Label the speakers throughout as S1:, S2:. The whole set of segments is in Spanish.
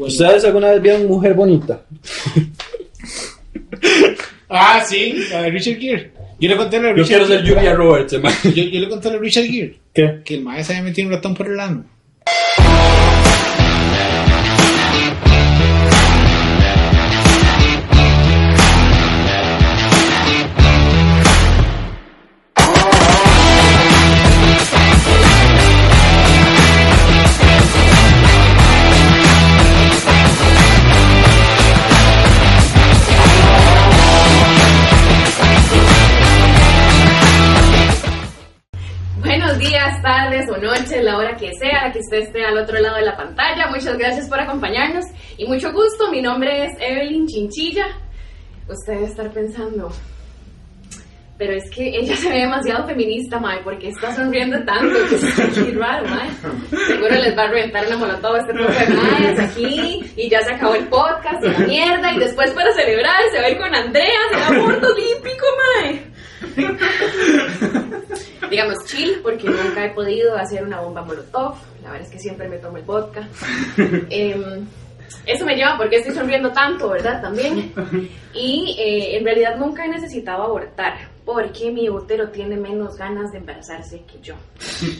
S1: ¿Ustedes alguna vez vieron Mujer Bonita?
S2: Ah, sí, la de Richard Gere. Yo le conté a la
S1: Yo
S2: Richard
S1: quiero ser
S2: Gere.
S1: Julia Roberts, eh, hermano.
S2: Yo, yo le conté a la Richard Gere
S1: ¿Qué?
S2: que el maestro se había metido un ratón por el ano.
S3: Buenos días, tardes o noches, la hora que sea, la que usted esté al otro lado de la pantalla. Muchas gracias por acompañarnos y mucho gusto. Mi nombre es Evelyn Chinchilla. Usted debe estar pensando, pero es que ella se ve demasiado feminista, Mae, porque está sonriendo tanto que es aquí raro, Mae. Seguro les va a reventar una molotov a este profe de Maes aquí y ya se acabó el podcast y la mierda. Y después, para celebrar, se va a ir con Andrea, se va a Puerto Olímpico, Mae digamos chill porque nunca he podido hacer una bomba molotov la verdad es que siempre me tomo el vodka Em, eso me lleva porque estoy sonriendo tanto verdad también y eh, en realidad nunca he necesitado abortar porque mi útero tiene menos ganas de embarazarse que yo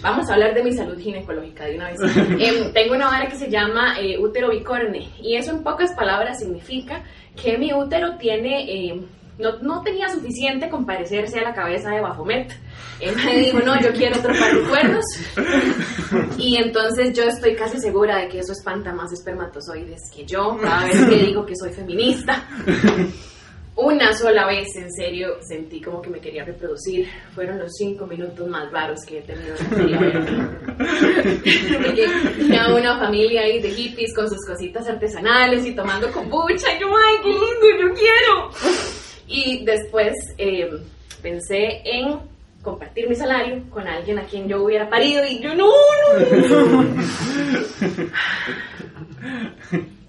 S3: vamos a hablar de mi salud ginecológica de una vez Em, tengo una vara que se llama eh, útero bicorne y eso en pocas palabras significa que mi útero tiene em, no, no tenía suficiente con parecerse a la cabeza de Bafomet. Él me dijo, no, yo quiero otro par de cuernos. Y entonces yo estoy casi segura de que eso espanta más espermatozoides que yo, cada vez que digo que soy feminista. Una sola vez, en serio, sentí como que me quería reproducir. Fueron los cinco minutos más raros que he tenido en mi vida. Porque tenía una familia ahí de hippies con sus cositas artesanales y tomando kombucha. Y yo, ay, qué lindo, yo quiero. Y después eh, pensé en compartir mi salario con alguien a quien yo hubiera parido y yo no, no. no".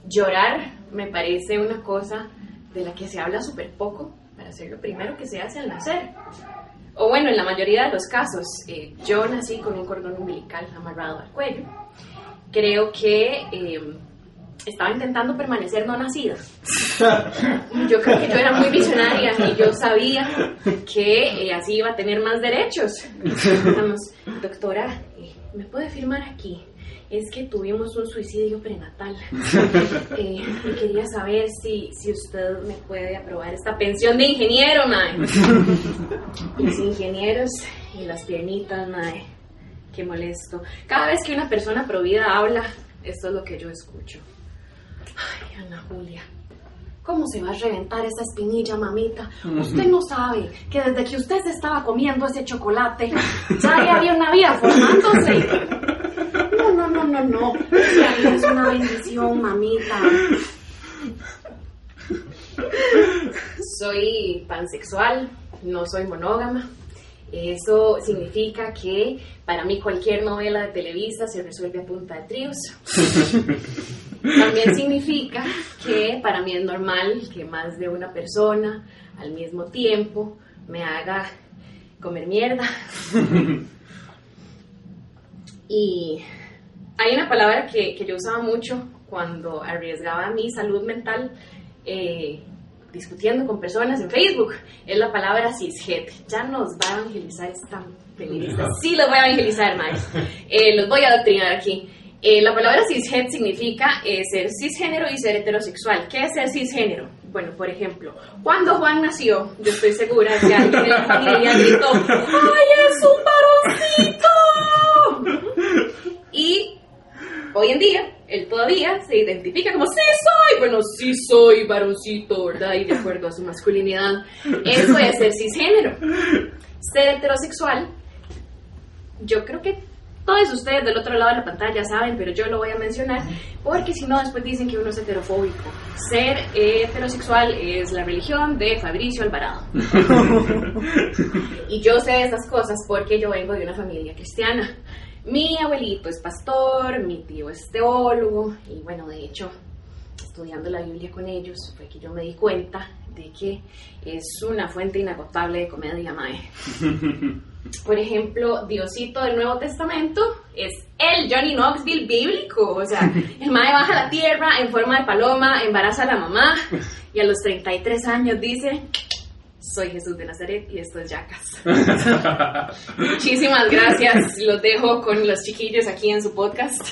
S3: Llorar me parece una cosa de la que se habla súper poco para ser lo primero que se hace al nacer. O bueno, en la mayoría de los casos, eh, yo nací con un cordón umbilical amarrado al cuello. Creo que eh, estaba intentando permanecer no nacida. Yo creo que yo era muy visionaria y yo sabía que eh, así iba a tener más derechos. Vamos, doctora, eh, ¿me puede firmar aquí? Es que tuvimos un suicidio prenatal. Eh, y quería saber si, si usted me puede aprobar esta pensión de ingeniero, mae. Los ingenieros y las piernitas, mae. Qué molesto. Cada vez que una persona provida habla, esto es lo que yo escucho. Ay, Ana Julia. ¿Cómo se va a reventar esa espinilla, mamita? Usted no sabe que desde que usted se estaba comiendo ese chocolate, ya ahí había una vida formándose. No, no, no, no, no. Esa vida Es una bendición, mamita. Soy pansexual, no soy monógama. Eso significa que para mí cualquier novela de Televisa se resuelve a punta de tríos. También significa que para mí es normal que más de una persona al mismo tiempo me haga comer mierda. Y hay una palabra que, que yo usaba mucho cuando arriesgaba mi salud mental eh, discutiendo con personas en Facebook. Es la palabra cishet. Ya nos va a evangelizar esta feminista. Sí, los voy a evangelizar, más. los voy a adoctrinar aquí. Eh, la palabra cishet significa eh, ser cisgénero y ser heterosexual. ¿Qué es ser cisgénero? Bueno, por ejemplo, cuando Juan nació, yo estoy segura que alguien en la familia gritó, ¡ay, es un varoncito! Y hoy en día, él todavía se identifica como sí soy, bueno, sí soy varoncito, ¿verdad? Y de acuerdo a su masculinidad. Eso es ser cisgénero. Ser heterosexual, yo creo que todos ustedes del otro lado de la pantalla saben, pero yo lo voy a mencionar, porque si no, después dicen que uno es heterofóbico. Ser heterosexual es la religión de Fabricio Alvarado. Y yo sé esas cosas porque yo vengo de una familia cristiana. Mi abuelito es pastor, mi tío es teólogo y bueno, de hecho, estudiando la Biblia con ellos fue que yo me di cuenta de que es una fuente inagotable de comedia mae. Por ejemplo, Diosito del Nuevo Testamento es el Johnny Knoxville bíblico. O sea, el mae baja a la tierra en forma de paloma, embaraza a la mamá y a los 33 años dice: Soy Jesús de Nazaret y esto es Yacas. Muchísimas gracias. Los dejo con los chiquillos aquí en su podcast.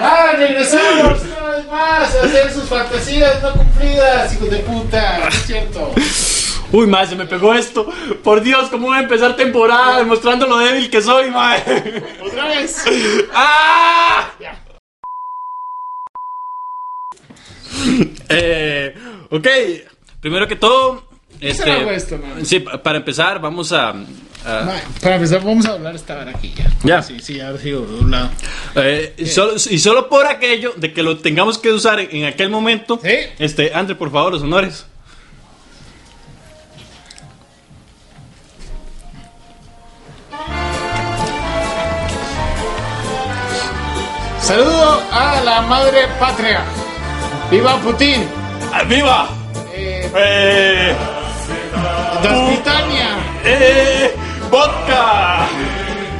S2: ¡Ah, regresamos una vez más a hacer sus fantasías no cumplidas, hijos de puta! No es cierto.
S4: Uy, madre, se me pegó esto. Por Dios, ¿cómo voy a empezar temporada demostrando lo débil que soy, madre?
S2: ¡Otra vez!
S4: ¡Ah!
S2: Ya.
S4: Eh, ok, primero que todo.
S2: Eso
S4: este,
S2: era esto, man.
S4: sí, pa- para empezar, vamos a. a-
S2: Ma, Para empezar, vamos a hablar esta hora aquí ya.
S4: Ya.
S2: Sí, sí, ahora sí, doblado.
S4: eh, y solo- y solo por aquello de que lo tengamos que usar en, en aquel momento.
S2: Sí.
S4: Este, Andre, por favor, los honores.
S2: Saludo a la madre patria. ¡Viva Putin!
S4: ¡Ah, ¡Viva!
S2: Eh,
S4: Eh,
S2: Dasquitania.
S4: eh, ¡Vodka!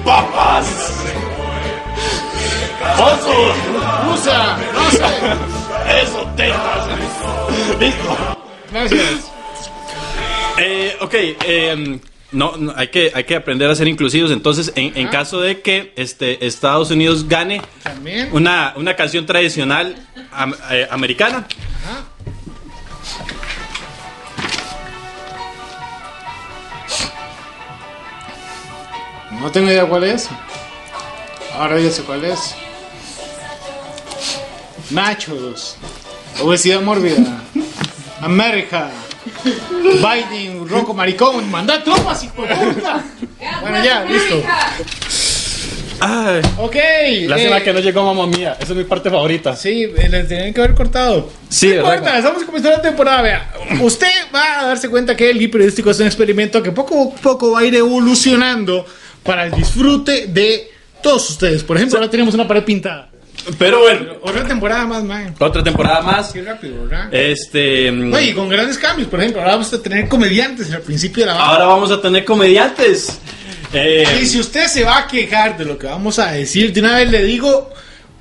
S4: ¡Papas! ¡Osos!
S2: ¡Rusa! ¡No sé!
S4: Eso, tetas. Listo.
S2: Gracias.
S4: Eh, ok, eh, no, no, hay, que, hay que aprender a ser inclusivos. Entonces, en, en caso de que este, Estados Unidos gane
S2: También.
S4: una, una canción tradicional am- eh, americana.
S2: No tengo idea cuál es. Ahora ya sé cuál es. Nachos. Obesidad mórbida. América. Biden, Rocco Maricón. Manda tropas, hijo de puta. Bueno, ya, listo.
S4: Ay,
S2: Ok.
S4: lástima
S2: eh,
S4: que no llegó mamá mía. Esa es mi parte favorita.
S2: Sí, eh, les tenían que haber cortado.
S4: Sí,
S2: no importa,
S4: ¿verdad?
S2: estamos comenzando la temporada. Vea, usted va a darse cuenta que el guía periodístico es un experimento que poco a poco va a ir evolucionando para el disfrute de todos ustedes. Por ejemplo, ahora tenemos una pared pintada.
S4: Pero bueno,
S2: Otra temporada más, man.
S4: otra temporada más.
S2: Qué rápido, ¿verdad?
S4: Este. mm,
S2: Oye, y con grandes cambios. Por ejemplo, ahora vamos a tener comediantes al principio de la
S4: Ahora vamos a tener comediantes.
S2: Y
S4: Eh,
S2: si usted se va a quejar de lo que vamos a decir, de una vez le digo,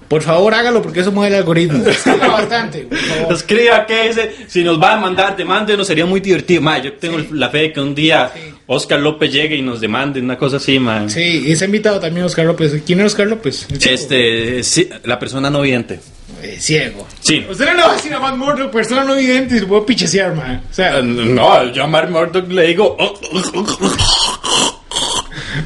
S2: por favor hágalo porque eso mueve el algoritmo. Escriba bastante, por favor.
S4: Escriba que dice, si nos va a mandar, demándenos, sería muy divertido. Ma, yo tengo la fe de que un día
S2: Sí.
S4: Oscar López llegue y nos demande una cosa así, man.
S2: Sí, y se ha invitado también Oscar López. ¿Quién es Oscar López? El chico.
S4: Este, sí, la persona no vidente.
S2: Eh, ciego.
S4: Sí.
S2: Usted no le va a decir a Matt Murdock, persona no vidente, y se puede pichasear, man. O sea,
S4: Eh, No, yo a Mark Murdock le digo. "Oh, oh, oh, oh".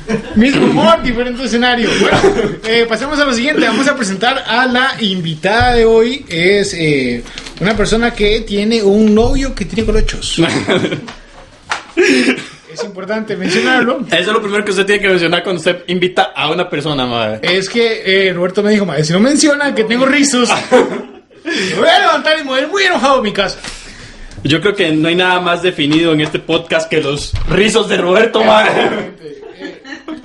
S2: mismo humor, diferente escenario. Bueno, eh, pasemos a lo siguiente. Vamos a presentar a la invitada de hoy. Es eh, una persona que tiene un novio que tiene colochos. es importante mencionarlo.
S4: Eso es lo primero que usted tiene que mencionar cuando usted invita a una persona, madre.
S2: Es que eh, Roberto me dijo, madre, si no menciona que tengo rizos, me voy a levantar y me voy a ir muy enojado a mi casa.
S4: Yo creo que no hay nada más definido en este podcast que los rizos de Roberto, madre.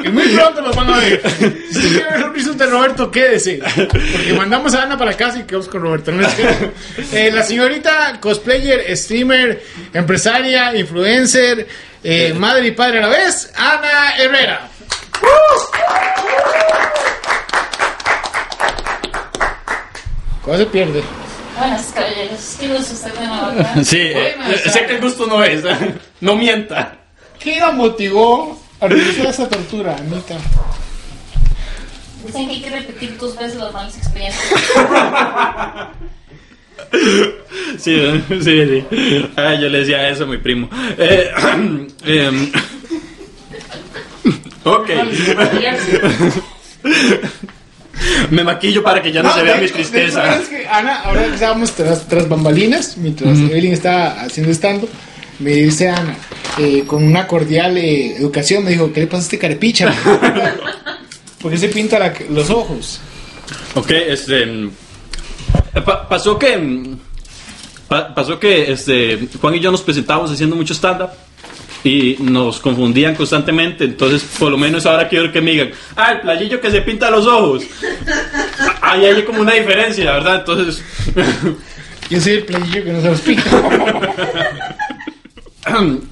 S2: Que muy pronto los van a ver. Si usted quiere ver un rizos de Roberto, quédese. Porque mandamos a Ana para casa y quedamos con Roberto. No es cierto. Eh, la señorita cosplayer, streamer, empresaria, influencer, eh, madre y padre a la vez, Ana Herrera. ¿Cómo se pierde?
S5: Buenas caballeros, qué gusto estar de nuevo acá.
S4: Sí, eh,
S2: Buenas,
S4: sé que el gusto no es. No mienta.
S2: ¿Qué la motivó a realizar esa tortura, Anita?
S5: Dicen que hay que repetir dos veces las malas experiencias.
S4: Sí, sí, sí. Ah, yo le decía eso a mi primo. Eh, em, ok.
S2: Ah,
S4: Me maquillo para que ya no, se vea
S2: Ah, de
S4: mi
S2: hecho, de hecho,
S4: tristeza.
S2: es que Ana, ahora que estábamos tras, tras bambalinas, mientras Evelyn estaba haciendo estando, me dice Ana, eh, con una cordial eh, educación, me dijo, ¿qué le pasa a este carepicha? Porque se pinta la- los ojos.
S4: Ok, este. em, pa- pasó que. em, pa- pasó que este, Juan y yo nos presentábamos haciendo mucho stand-up. Y nos confundían constantemente, entonces por lo menos ahora quiero que me digan, ah, el playillo que se pinta los ojos. Ahí hay como una diferencia, ¿verdad? Entonces,
S2: Yo soy el playillo que no se los pinta.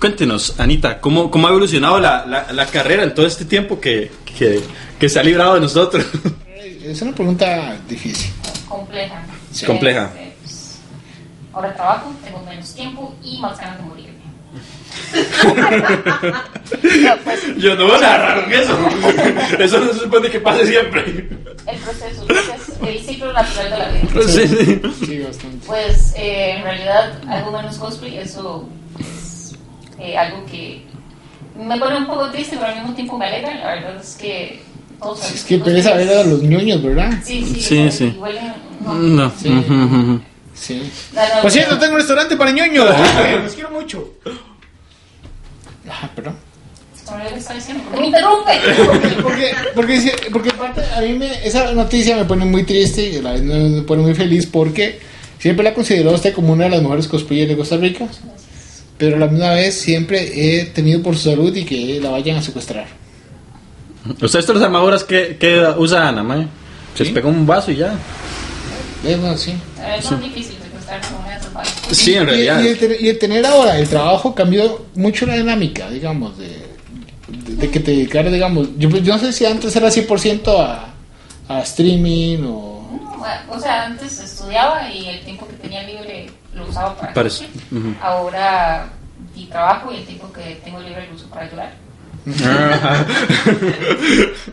S4: cuéntenos, Anita, ¿cómo, cómo ha evolucionado la, la- la carrera en todo este tiempo que, que- que se ha librado de nosotros?
S2: Es una pregunta difícil.
S5: Compleja.
S4: Sí. Compleja.
S5: Este, pues, ahora trabajo, tengo menos tiempo y más ganas de morirme.
S4: Yo no voy a narrar en eso. Eso no se supone que pase siempre.
S5: El proceso, entonces, el ciclo natural de la vida.
S4: Pues Sí, sí.
S2: Sí, bastante.
S5: Pues eh, en realidad algo menos cosplay, eso es eh, algo que me pone un poco triste, pero al mismo tiempo me alegra. La verdad es que todos
S2: Es que pereza ver a los ñoños, ¿verdad?
S5: Sí, sí,
S4: Sí,
S5: huele-
S4: sí.
S5: huele- no.
S4: No.
S2: Sí.
S4: Ujú, ujú.
S2: Sí.
S5: No, no,
S2: Por
S5: no.
S2: cierto, tengo un restaurante para ñoños. Los quiero mucho. Ajá, Ah, perdón.
S5: Se me olvidó lo que estaba diciendo, pero ¡Me interrumpe!
S2: Porque, porque, sí, porque aparte a mí me- esa noticia me pone muy triste y a la vez me me pone muy feliz porque siempre la he considerado usted como una de las mejores cosplayers de Costa Rica, pero a la misma vez siempre he temido por su salud y que la vayan a secuestrar.
S4: ¿Ustedes estas armaduras que, usa Ana, mae? Se
S2: Sí.
S4: les pega un vaso y ya.
S2: Es bueno, sí.
S5: Eh, Es muy difícil secuestrar con una trampa.
S4: Sí, en
S2: Y-
S4: realidad.
S2: Y, el tener, y el tener ahora el trabajo cambió mucho la dinámica, digamos, de, de- de que te dedicar, digamos. Yo, pues, yo no sé si antes era 100% a, a streaming o.
S5: No, O sea, antes estudiaba y el tiempo que tenía libre lo usaba para...
S4: Para eso.
S5: cosplay.
S4: Ujú.
S5: Ahora y trabajo y el tiempo que tengo libre lo uso para ayudar.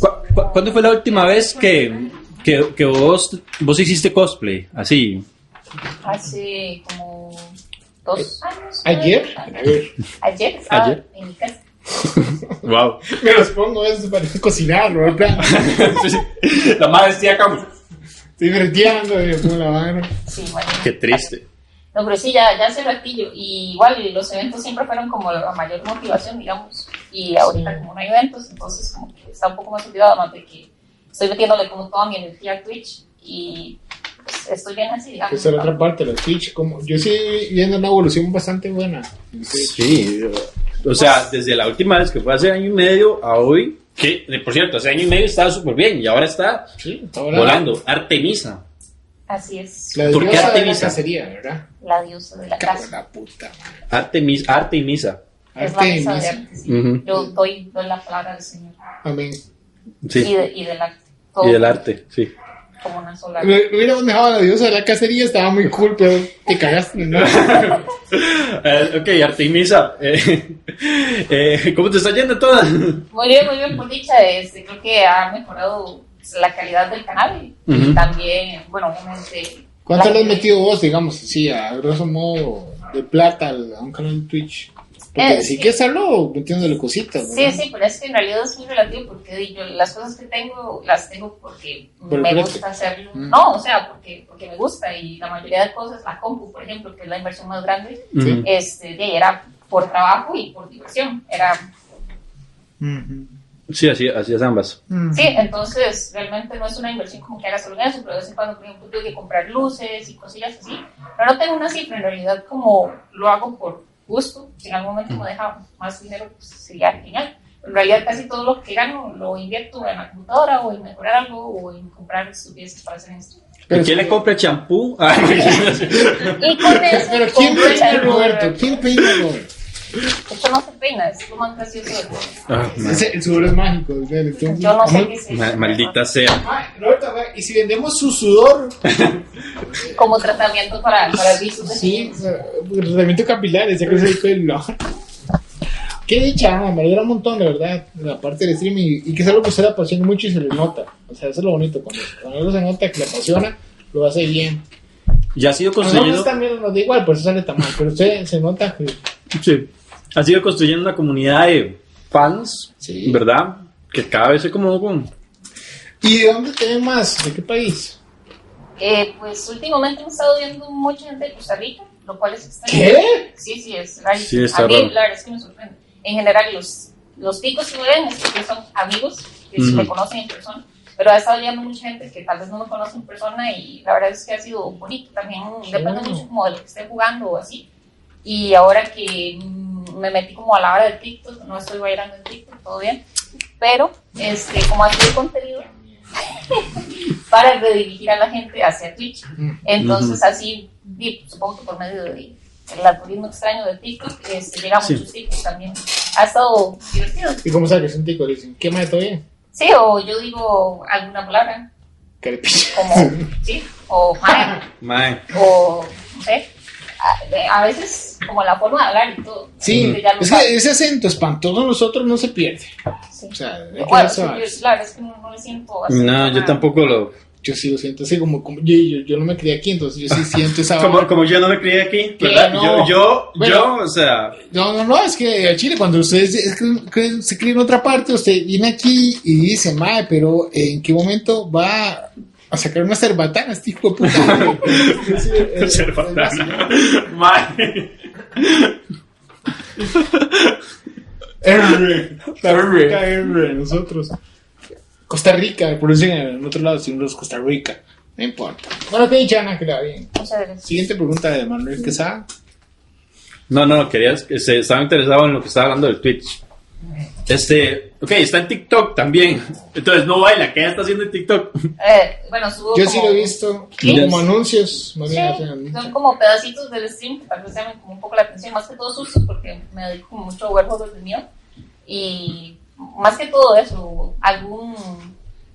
S4: ¿Cu- cu- ¿Cuándo fue la última vez que, que, que vos, vos hiciste cosplay? Así.
S5: Hace como dos años. ¿no?
S2: Ayer.
S5: Ayer estaba
S4: Ayer.
S5: en mi casa.
S4: Wow.
S2: Me los pongo, es para cocinar, ¿no? En plan,
S4: La madre decía como.
S2: Estoy breteando, me pongo la mano.
S5: Sí, bueno.
S4: Qué triste.
S5: No, pero sí, ya, ya hace ratillo. Y igual los eventos siempre fueron como la mayor motivación, digamos. Y ahorita como no hay eventos, entonces como que está un poco más olvidado, más de que estoy metiéndole como toda mi energía a Twitch y pues, estoy bien así, digamos.
S2: Esa es la otra parte, los Twitch, como yo sí viendo una evolución bastante buena.
S4: Sí. O sea, desde la última vez que fue hace año y medio a hoy. Que, por cierto, hace año y medio estaba súper bien y ahora está
S2: Sí, está volando.
S4: volando. Artemisa.
S5: Así es,
S2: La de
S4: ¿Por qué
S2: Dios de la
S4: Artemisa?
S2: cacería, ¿verdad?
S5: la diosa de la
S2: Cago en
S5: casa.
S2: la puta, madre.
S4: Artemisa. Artemisa.
S5: Es la diosa de
S2: Artemisa.
S5: arte. sí.
S4: Ujú.
S5: Yo doy, doy la palabra al Señor.
S2: Amén.
S5: Y,
S4: Sí.
S5: de- y del arte.
S4: Y del arte, sí.
S5: Como una sola.
S2: Lo- lo Hubiéramos dejado a la diosa de la cacería, estaba muy cool, pero te cagaste, ¿no?
S4: Eh, ok, Artemisa. eh, eh, ¿Cómo te está yendo toda?
S5: Muy bien, muy bien, por dicha. Este, creo que ha mejorado pues, la calidad del canal y
S4: Ujú.
S5: también, bueno, obviamente.
S2: ¿Cuánto
S5: la
S2: le has
S5: gente-
S2: metido vos, digamos, sí, a grosso modo, de plata al- a un canal de Twitch? Porque
S5: Eh,
S2: sí
S5: sí.
S2: que hacerlo metiéndole cositas,
S5: Sí,
S2: ¿verdad?
S5: sí, pero es que en realidad es muy relativo porque yo las cosas que tengo las tengo porque
S2: Por el
S5: me
S2: brete.
S5: gusta hacerlo.
S2: Mm.
S5: No, o sea, porque, porque me gusta y la mayoría de cosas, la compu, por ejemplo, que es la inversión más grande,
S2: Mm.
S4: Ujú.
S5: este, de ahí era por trabajo y por diversión. Era,
S2: Ujú.
S4: Sí, así, así es ambas.
S5: sí, entonces realmente no es una inversión como que haga solo en eso, pero de vez en cuando, por ejemplo, tuve que comprar luces y cosillas así. Pero no tengo una cifra, en realidad, como lo hago por gusto, si en algún momento me deja más dinero, pues sería genial. En realidad, casi todo lo que gano lo invierto en la computadora o en mejorar algo o en comprar estupideces para hacer esto.
S4: ¿Y
S2: Pero-
S4: quién le compra champú? Ah,
S5: Y con eso,
S2: Pero ¿quién
S5: compro
S2: peina a
S5: el-
S2: Roberto? ¿Quién peina a Roberto?
S5: Esto no se peina, es lo más gracioso del mundo.
S4: ma-
S2: Ese- El sudor es mágico, ¿verdad? Entonces-
S5: Yo no sé qué es
S4: ma-
S5: eso.
S4: maldita sea.
S2: Ah, Roberto, va, y si vendemos su sudor,
S5: Como tratamiento para, para el virus de
S2: sí,
S5: siguiente.
S2: eh, tratamiento capilar, ese que se dijo el no. Qué dicha, ah, me alegra un montón, la verdad, la parte del streaming y, y que es algo que usted le apasiona mucho y se le nota. O sea, eso es lo bonito, cuando, cuando algo se nota que le apasiona, lo hace bien.
S4: Ya ha sido
S2: A nosotros
S4: construyendo.
S2: también nos da igual, por eso sale tan mal, pero usted se nota que...
S4: sí, ha sido construyendo una comunidad de fans,
S2: Sí.
S4: ¿verdad? Que cada vez es como. como-
S2: ¿Y de dónde te ven más? ¿De qué país?
S5: Eh, pues últimamente me he estado viendo mucha gente de Costa Rica, lo cual es extraño.
S2: ¿Qué?
S5: Sí, sí, es raro.
S4: Sí, está
S5: a mí,
S4: raro.
S5: la verdad es que me sorprende. En general, los, los ticos que me ven es porque son amigos, que
S4: Ujú.
S5: me conocen en persona, pero ha estado llegando mucha gente que tal vez no me conoce en persona y la verdad es que ha sido bonito. También depende
S2: Claro.
S5: mucho como de lo que esté jugando o así. Y ahora que mm, me metí como a la hora del TikTok, no estoy bailando en TikTok, todo bien, pero este, como aquí el contenido para redirigir a la gente hacia Twitch. Entonces así di, supongo que por medio del algoritmo extraño de TikTok, este, llega a
S6: Sí.
S5: muchos TikToks también. Ha estado divertido.
S7: ¿Y cómo sabes que es un tico? Le dicen, ¿qué más todo bien?
S5: Sí, o yo digo alguna palabra,
S7: Carepicha.
S5: como, sí, o mae,
S4: Mae.
S5: o, no sé. A, de- a veces, como la forma de hablar y todo.
S7: Sí,
S5: que ya lo
S7: es
S5: sabe.
S7: que ese acento espantoso nosotros no se pierde.
S5: Sí.
S7: O sea, hay que
S5: Bueno,
S7: darse
S5: sí, yo,
S7: varas.
S5: la verdad es que no, no me siento así.
S4: No, yo
S5: Ah,
S4: tampoco lo.
S7: Yo sí lo siento así como, como- yo, yo, yo no me crié aquí, entonces yo sí siento esa
S4: Como,
S7: vara.
S4: como yo no me crié aquí,
S7: Que
S4: ¿verdad?
S7: no.
S4: Yo, yo,
S7: Bueno.
S4: yo, o sea.
S7: No, no, no, es que a Chile cuando ustedes es que- que se creen en otra parte, usted viene aquí y dice, mae, pero eh, ¿en qué momento va a sacar una cerbatana este hijo de puta? Sí, eh, es básico.
S4: Mae.
S7: R. La
S4: R.
S7: R. R. Nosotros. Costa Rica, por eso en otro lado siempre es Costa Rica. No importa. Bueno, te dije, Ana, que le va bien.
S5: Muchas gracias.
S7: Siguiente pregunta de Manuel Quesada.
S4: No, no, quería, se- estaba interesado en lo que estaba hablando del Twitch. Este, ok, está en TikTok también. Entonces no baila, ¿qué está haciendo en TikTok?
S5: Eh, bueno, subo
S7: Yo
S5: como,
S7: sí lo he visto
S4: Yes.
S7: como anuncios. Más bien, o sea,
S5: Sí, son como pedacitos del stream que tal vez llamen como un poco la atención, más que todo sustos, porque me dedico mucho a jugar juegos de mío. Y más que todo eso, algún,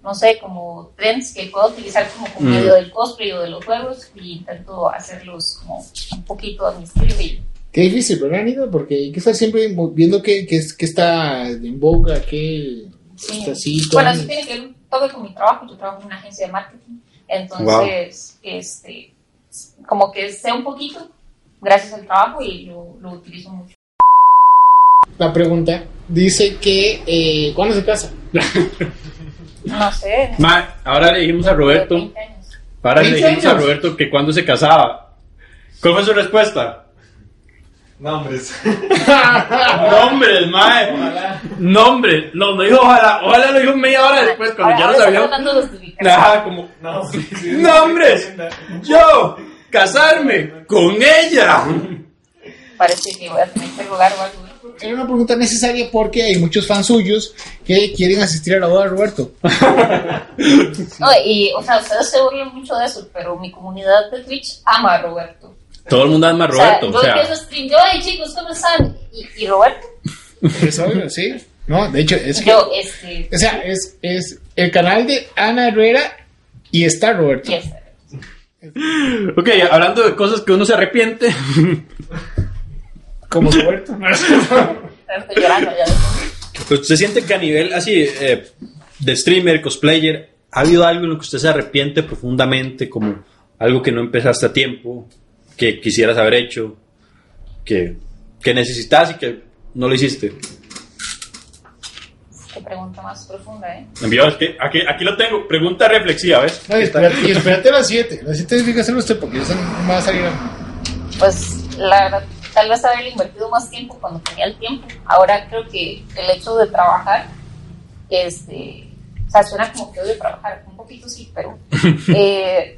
S5: no sé, como trends que pueda utilizar como con
S4: Mm.
S5: medio del cosplay o de los juegos y intento hacerlos como un poquito a mi estilo. Y,
S7: Qué difícil, ¿verdad, Nico? Porque hay que estar siempre viendo qué, qué, es- qué está en boga, qué
S5: sí.
S7: está así. todo
S5: Bueno, eso
S7: bien.
S5: tiene que ver un toque con mi trabajo. Yo trabajo en una agencia de marketing. Entonces, este, como que sé un poquito gracias al trabajo y lo, lo utilizo mucho.
S7: La pregunta dice que, eh, ¿cuándo se casa?
S5: No sé.
S4: Mae, ahora le dijimos a Roberto,
S5: 20 años.
S4: ahora le
S7: 15
S4: dijimos a
S7: años.
S4: Roberto que cuando se casaba. ¿Cómo fue su respuesta?
S8: Nombres.
S4: Nombres, mae. Nombres. No, no dijo ojalá. Ojalá lo dijo media hora Ah, después, cuando
S5: Ahora-
S4: ya
S5: ahora
S4: lo
S5: estamos
S4: sabíamos.
S5: hablando de justificación.
S4: Ajá, como,
S8: No, sí, sí, es una
S4: ¡Nombres!
S8: leyenda.
S4: ¡Yo! ¡Casarme con ella!
S5: Parece que voy a tener que rogar o algo. ¿eh?
S7: Era una pregunta necesaria porque hay muchos fans suyos que quieren asistir a la boda de Roberto.
S5: No, y, o sea, ustedes se burlan mucho de eso, pero mi comunidad de Twitch ama a Roberto.
S4: Todo el mundo ama a Roberto,
S5: o sea, yo empiezo a stream, yo, "Hey, chicos, ¿cómo están? Y, y Roberto,
S7: Es obvio, sí. No, de hecho, es que.
S5: yo, este,
S7: O sea, es, es el canal de Ana Herrera y está Roberto.
S5: yes.
S4: Ok, hablando de cosas que uno se arrepiente.
S7: Como Roberto.
S5: Estoy llorando ya.
S4: ¿Usted Pues, siente que a nivel así eh, de streamer, cosplayer, ha habido algo en lo que usted se arrepiente profundamente, como algo que no empezaste a tiempo, que quisieras haber hecho, que, que necesitas y que no lo hiciste?
S5: Qué pregunta más profunda, ¿eh?
S4: Envió, es que aquí, aquí lo tengo, pregunta reflexiva, ¿ves?
S7: No, y espérate, y espérate a las 7. Las 7 tiene que hacerlo este usted porque eso no va a salir. a-
S5: Pues la verdad, tal vez haberle invertido más tiempo cuando tenía el tiempo. Ahora creo que el hecho de trabajar, este, o sea, suena como que odio trabajar, un poquito sí, pero eh,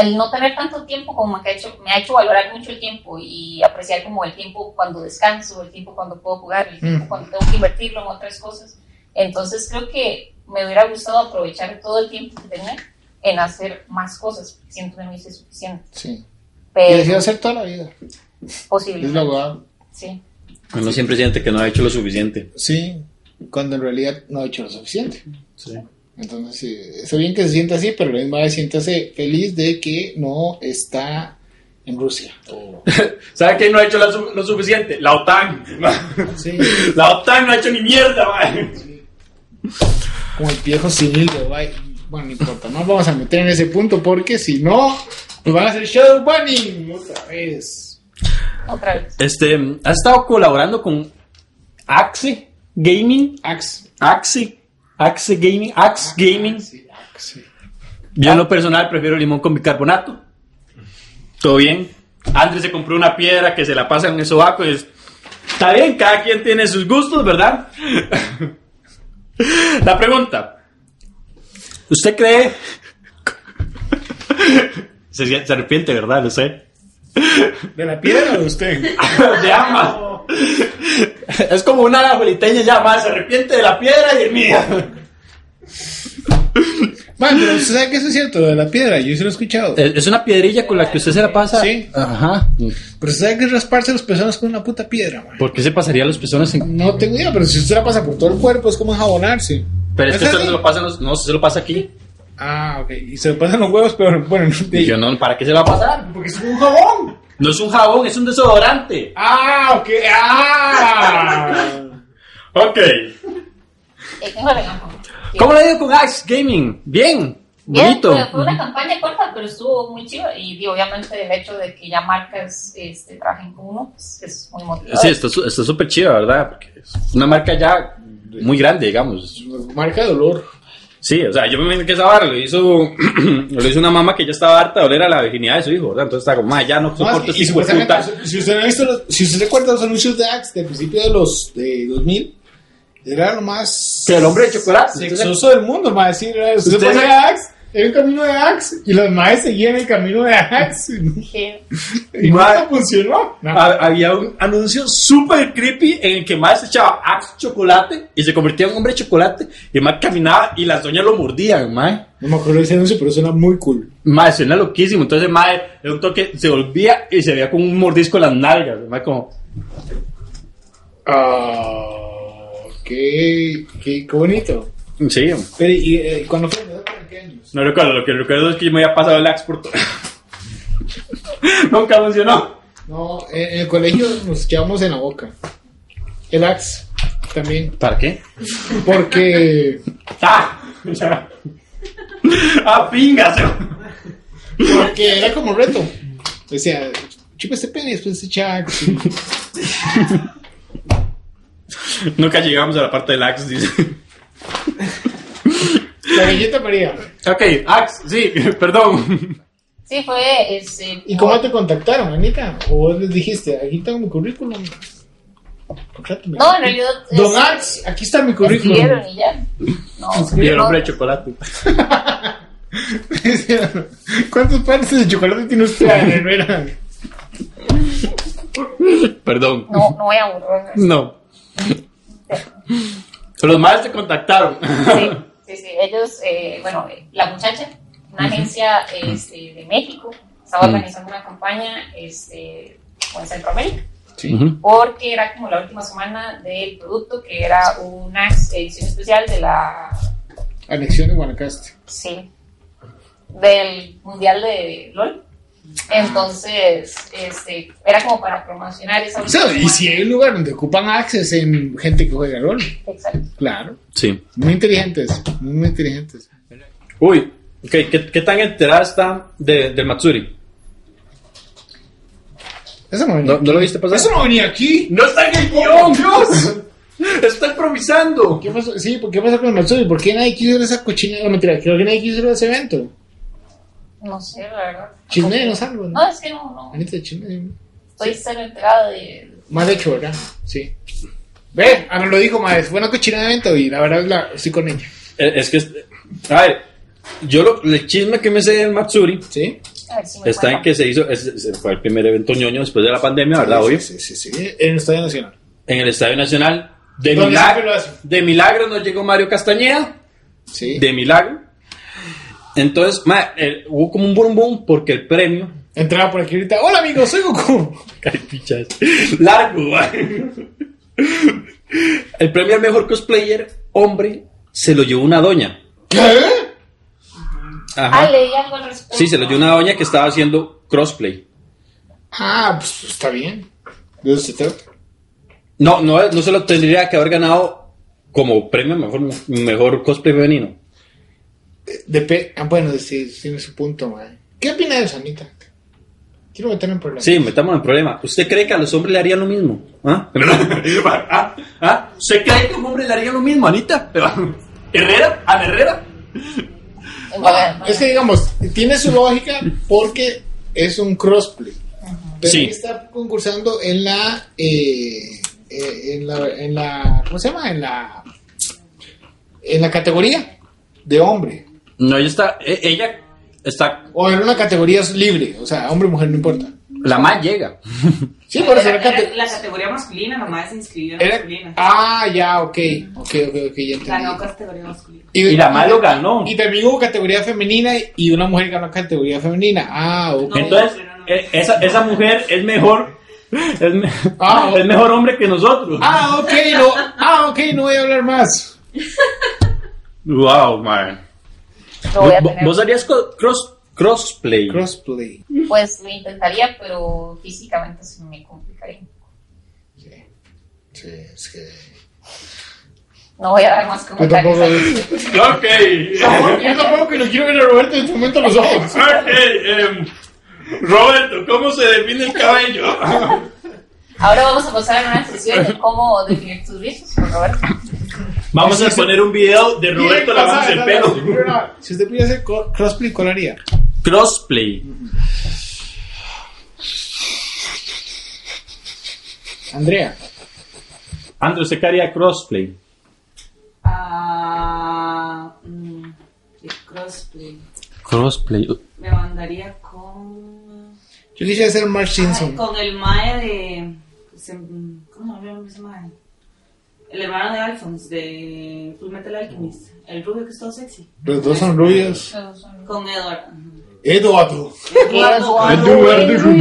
S5: el no tener tanto tiempo como que ha hecho, me ha hecho valorar mucho el tiempo y apreciar como el tiempo cuando descanso, el tiempo cuando puedo jugar, el tiempo
S7: Mm.
S5: cuando tengo que invertirlo en otras cosas. Entonces creo que me hubiera gustado aprovechar todo el tiempo que tenía en hacer más cosas, porque siento que no hice suficiente.
S7: Sí. Y
S5: Pero
S7: decidió hacer toda la vida.
S5: posible.
S7: Es lo abogado.
S5: Sí.
S4: Uno siempre siente que no ha hecho lo suficiente.
S7: Sí. Cuando en realidad no ha hecho lo suficiente. Entonces, sí, está bien que se sienta así, pero a la misma vez siéntase feliz de que no está en Rusia. O-
S4: ¿Sabe quién no ha hecho la su- lo suficiente? La OTAN.
S7: Sí.
S4: La OTAN no ha hecho ni mierda, man.
S7: Como el viejo civil de Dubai. Bueno, no importa, no vamos a meter en ese punto porque si no, nos van a hacer shadow banning otra vez.
S5: Otra vez.
S4: Este, ¿has estado colaborando con Axe Gaming?
S7: Axe.
S4: Axe, Axe Gaming, Axe Gaming.
S7: Sí, Axe.
S4: Yo en lo personal prefiero limón con bicarbonato. ¿Todo bien? Andrés se compró una piedra que se la pasa en el sobaco. y es- Está bien, cada quien tiene sus gustos, ¿verdad? la pregunta. ¿Usted cree... se, se arrepiente, ¿verdad? Lo sé.
S7: ¿De la piedra o de usted?
S4: de ama. Es como una jueliteña ya más, se arrepiente de la piedra y el mío.
S7: Mae, pero usted sabe que eso es cierto, lo de la piedra, yo se lo he escuchado.
S4: Eh,
S9: Es es una piedrilla con la que usted se la pasa.
S7: Sí.
S9: Ajá.
S7: Pero usted sabe que es rasparse las personas con una puta piedra, mae.
S9: ¿Por qué se pasaría a las personas en.?
S7: No tengo idea, pero si usted la pasa por todo el cuerpo es como enjabonarse.
S4: Pero es que
S7: ¿Es
S4: usted
S7: así?
S4: se lo pasa en los- No, usted se lo pasa aquí.
S7: Ah, ok. Y se le pasan los huevos, pero bueno, no
S4: Y yo, no, ¿para qué se lo va a pasar?
S7: Porque es un jabón.
S4: No es un jabón, es un desodorante.
S7: Ah, ok. Ah.
S4: Ok.
S5: Eh, tengo la campaña.
S9: ¿Cómo le ha ido con Axe Gaming? Bien.
S5: Bien, pues,
S9: Bonito.
S5: fue- Fue una campaña corta, pero estuvo muy chiva. Y, y obviamente el hecho de que ya marcas este, trabajen con uno pues, es muy motivador.
S4: Sí, está su- está súper chido, ¿verdad? Porque es una marca ya muy grande, digamos.
S7: Marca de dolor.
S4: Sí, o sea, yo me imagino que esa barra lo hizo, lo hizo una mamá que ya estaba harta de oler a la virginidad de su hijo, ¿verdad? Entonces está como, "Ma, ya no soporto
S7: y
S4: este hijo de puta.
S7: supuestamente, si usted no ha visto los- si usted recuerda los anuncios de Axe del principio de los de 2000, era lo más
S4: Que el hombre de chocolate.
S7: sexoso del mundo, más decir, era- usted
S4: Usted-
S7: ponía Axe, era un camino de Axe y los maes seguían el camino de Axe y
S5: Dije,
S7: no
S4: Mae.
S7: funcionó. Ah. No.
S4: Ha- Había un anuncio súper creepy en el que más echaba Axe chocolate y se convertía en hombre de chocolate y más caminaba y las doñas lo mordían, mae.
S7: No me acuerdo de ese anuncio, pero suena muy cool.
S4: Mae, suena loquísimo. Entonces, mae, de un toque se volvía y se veía con un mordisco en las nalgas. Mae, como,
S7: Ah, qué, qué, qué bonito.
S4: sí.
S7: Pero, ¿y eh, cuando fue? ¿Por qué años?
S4: No recuerdo, lo que recuerdo es que yo me había pasado el Axe por todo. Nunca funcionó.
S7: No, en, en el colegio nos echamos en la boca. El axe también.
S4: ¿Para qué?
S7: Porque,
S4: ¡Ah! ¡Ah, pingas!
S7: porque era como reto. Decía, chupa este pene y después se echa axe.
S4: Nunca llegamos a la parte del Axe, dice.
S7: La galleta María.
S4: Ok, Axe, sí, perdón.
S5: sí, fue. Este,
S7: ¿Y cómo te contactaron, Anita? ¿O vos les dijiste, aquí tengo mi currículum? Contrátame.
S5: No, en realidad. es-
S7: Don Axe, aquí está mi currículum.
S5: Escribieron y ya. No,
S4: Y el
S5: no,
S4: hombre de chocolate.
S7: ¿Cuántos partes de chocolate tiene usted, Ana Herrera?
S4: Perdón.
S5: no, no voy a borrar.
S4: No. Los madres te contactaron.
S5: Sí, sí, sí. Ellos, eh, bueno, eh, la muchacha, una agencia este, de México, estaba organizando una campaña este, con Centroamérica.
S4: Ujú.
S5: Porque era como la última semana del producto, que era una edición especial de la.
S7: Anexión de Guanacaste.
S5: Sí. Del Mundial de LOL. Entonces, este, era como para promocionar esa.
S7: O sea, y
S5: última
S7: si
S5: semana.
S7: hay un lugar donde ocupan access en gente que juega rol.
S5: Exacto.
S7: Claro.
S4: Sí.
S7: Muy inteligentes, muy, muy inteligentes.
S4: Uy, ok, ¿qué, qué tan enterada está de- del Matsuri?
S7: Eso no venía.
S4: ¿No, no lo viste pasar?
S7: Eso no venía aquí.
S4: ¡No está en el guión, Dios! ¡Está improvisando!
S7: ¿Qué pasó? Sí, ¿por ¿qué pasó con el Matsuri? ¿Por qué nadie quiso ir a esa cochina? No, mentira, creo que nadie quiso ir a ese evento.
S5: No sé, la verdad.
S7: Chisme, no salgo.
S5: No, es que no, no.
S7: Anita, chisme.
S5: Estoy cero enterada de.
S7: Mal hecho, ¿verdad? Sí. Ve, ah, nos lo dijo, madre. Fue una cochina de evento y la verdad la, estoy con ella.
S4: Eh, Es que, es- a ver, yo lo, el chisme que me sé del Matsuri
S7: ¿Sí?
S5: A ver si me
S4: está en
S5: cuentan.
S4: que se hizo, es- es- fue el primer evento ñoño después de la pandemia, ¿verdad? Obvio.
S7: Sí, sí, sí. sí. En el Estadio Nacional.
S4: En el Estadio Nacional. De
S7: ¿Dónde siempre lo
S4: milagro,
S7: hacen?
S4: de milagro nos llegó Mario Castañeda.
S7: Sí.
S4: De milagro. Entonces, ma, eh, hubo como un boom boom porque el premio.
S7: Entraba por aquí ahorita. Hola, amigos, soy Goku.
S4: Ay, pichas. Largo, ma. El premio al mejor cosplayer, hombre, se lo llevó una doña.
S7: ¿Qué?
S4: Ajá.
S5: Ah, leí algo al respecto.
S4: Sí, se lo dio una doña que estaba haciendo crossplay.
S7: Ah, pues está bien. ¿De eso se trata?
S4: No, no, no se lo tendría que haber ganado como premio mejor, mejor cosplay femenino.
S7: Depe- ah, bueno, sí, sí, tiene su punto, madre. ¿Qué opina de eso, Anita? Quiero meterme en problemas.
S4: Sí, metámonos en problema. ¿Usted cree que a los hombres le harían lo mismo? ¿Ah? ¿Ah? ¿Ah? ¿Usted cree que a un hombre le haría lo mismo, Anita? ¿Herrera? ¿A Herrera?
S5: En
S4: Ah,
S5: pues, Guadalajara.
S7: Ah, Es que, digamos, tiene su lógica porque es un crossplay. Pero
S4: Sí.
S7: aquí está concursando en la, eh, eh, en la... En la... ¿Cómo se llama? En la... En la categoría de hombre.
S4: No, ella está. e- Ella está.
S7: O en una categoría libre. O sea, hombre o mujer, no importa. La más llega.
S2: Sí, por eso
S10: Era-
S2: era cate-
S10: era la categoría masculina, la madre se inscribió en
S2: era-
S10: masculina.
S2: Ah, ya, ok. Ok, ok, ok, ya
S10: Ganó
S2: entendí.
S10: categoría masculina.
S4: Y la madre lo ganó.
S2: Y también hubo categoría femenina y una mujer ganó categoría femenina. Ah, ok.
S4: Entonces, eh, esa, esa mujer es mejor. Es, me-
S2: Ah,
S4: es mejor hombre que nosotros.
S2: Ah, ok, no. Ah, ok, no voy a hablar más.
S4: Wow, man.
S5: Lo voy a tener.
S7: ¿Vos harías co- cross, crossplay?
S2: Crossplay.
S5: Pues lo intentaría, pero físicamente se me complicaría.
S2: Sí, es que.
S5: No voy a dar más
S2: Yo tampoco.
S5: comentarios.
S4: Ok.
S2: Yo tampoco que no quiero ver a Roberto en este momento a los ojos.
S4: Ok, em, Roberto, ¿cómo se define el cabello?
S5: Ahora vamos a pasar a una sesión de cómo definir tus rizos con Roberto.
S4: Vamos a poner un video de Roberto lavándose el pelo.
S2: Si usted pudiera hacer co- crossplay, ¿cuál haría?
S4: Crossplay.
S2: Andrea.
S4: Andrew, ¿usted qué haría crossplay?
S10: Ah, mm, el crossplay.
S7: Crossplay.
S10: Me mandaría con.
S2: Yo le hice hacer Mark
S10: Ay,
S2: Simpson.
S10: con el mae de. se- ¿Cómo se llama ese mae? El hermano de Alphonse, de Full Metal Alchemist. El rubio que es todo sexy.
S2: Los dos son rubios.
S10: Con Edward.
S2: Eduardo. Eduardo.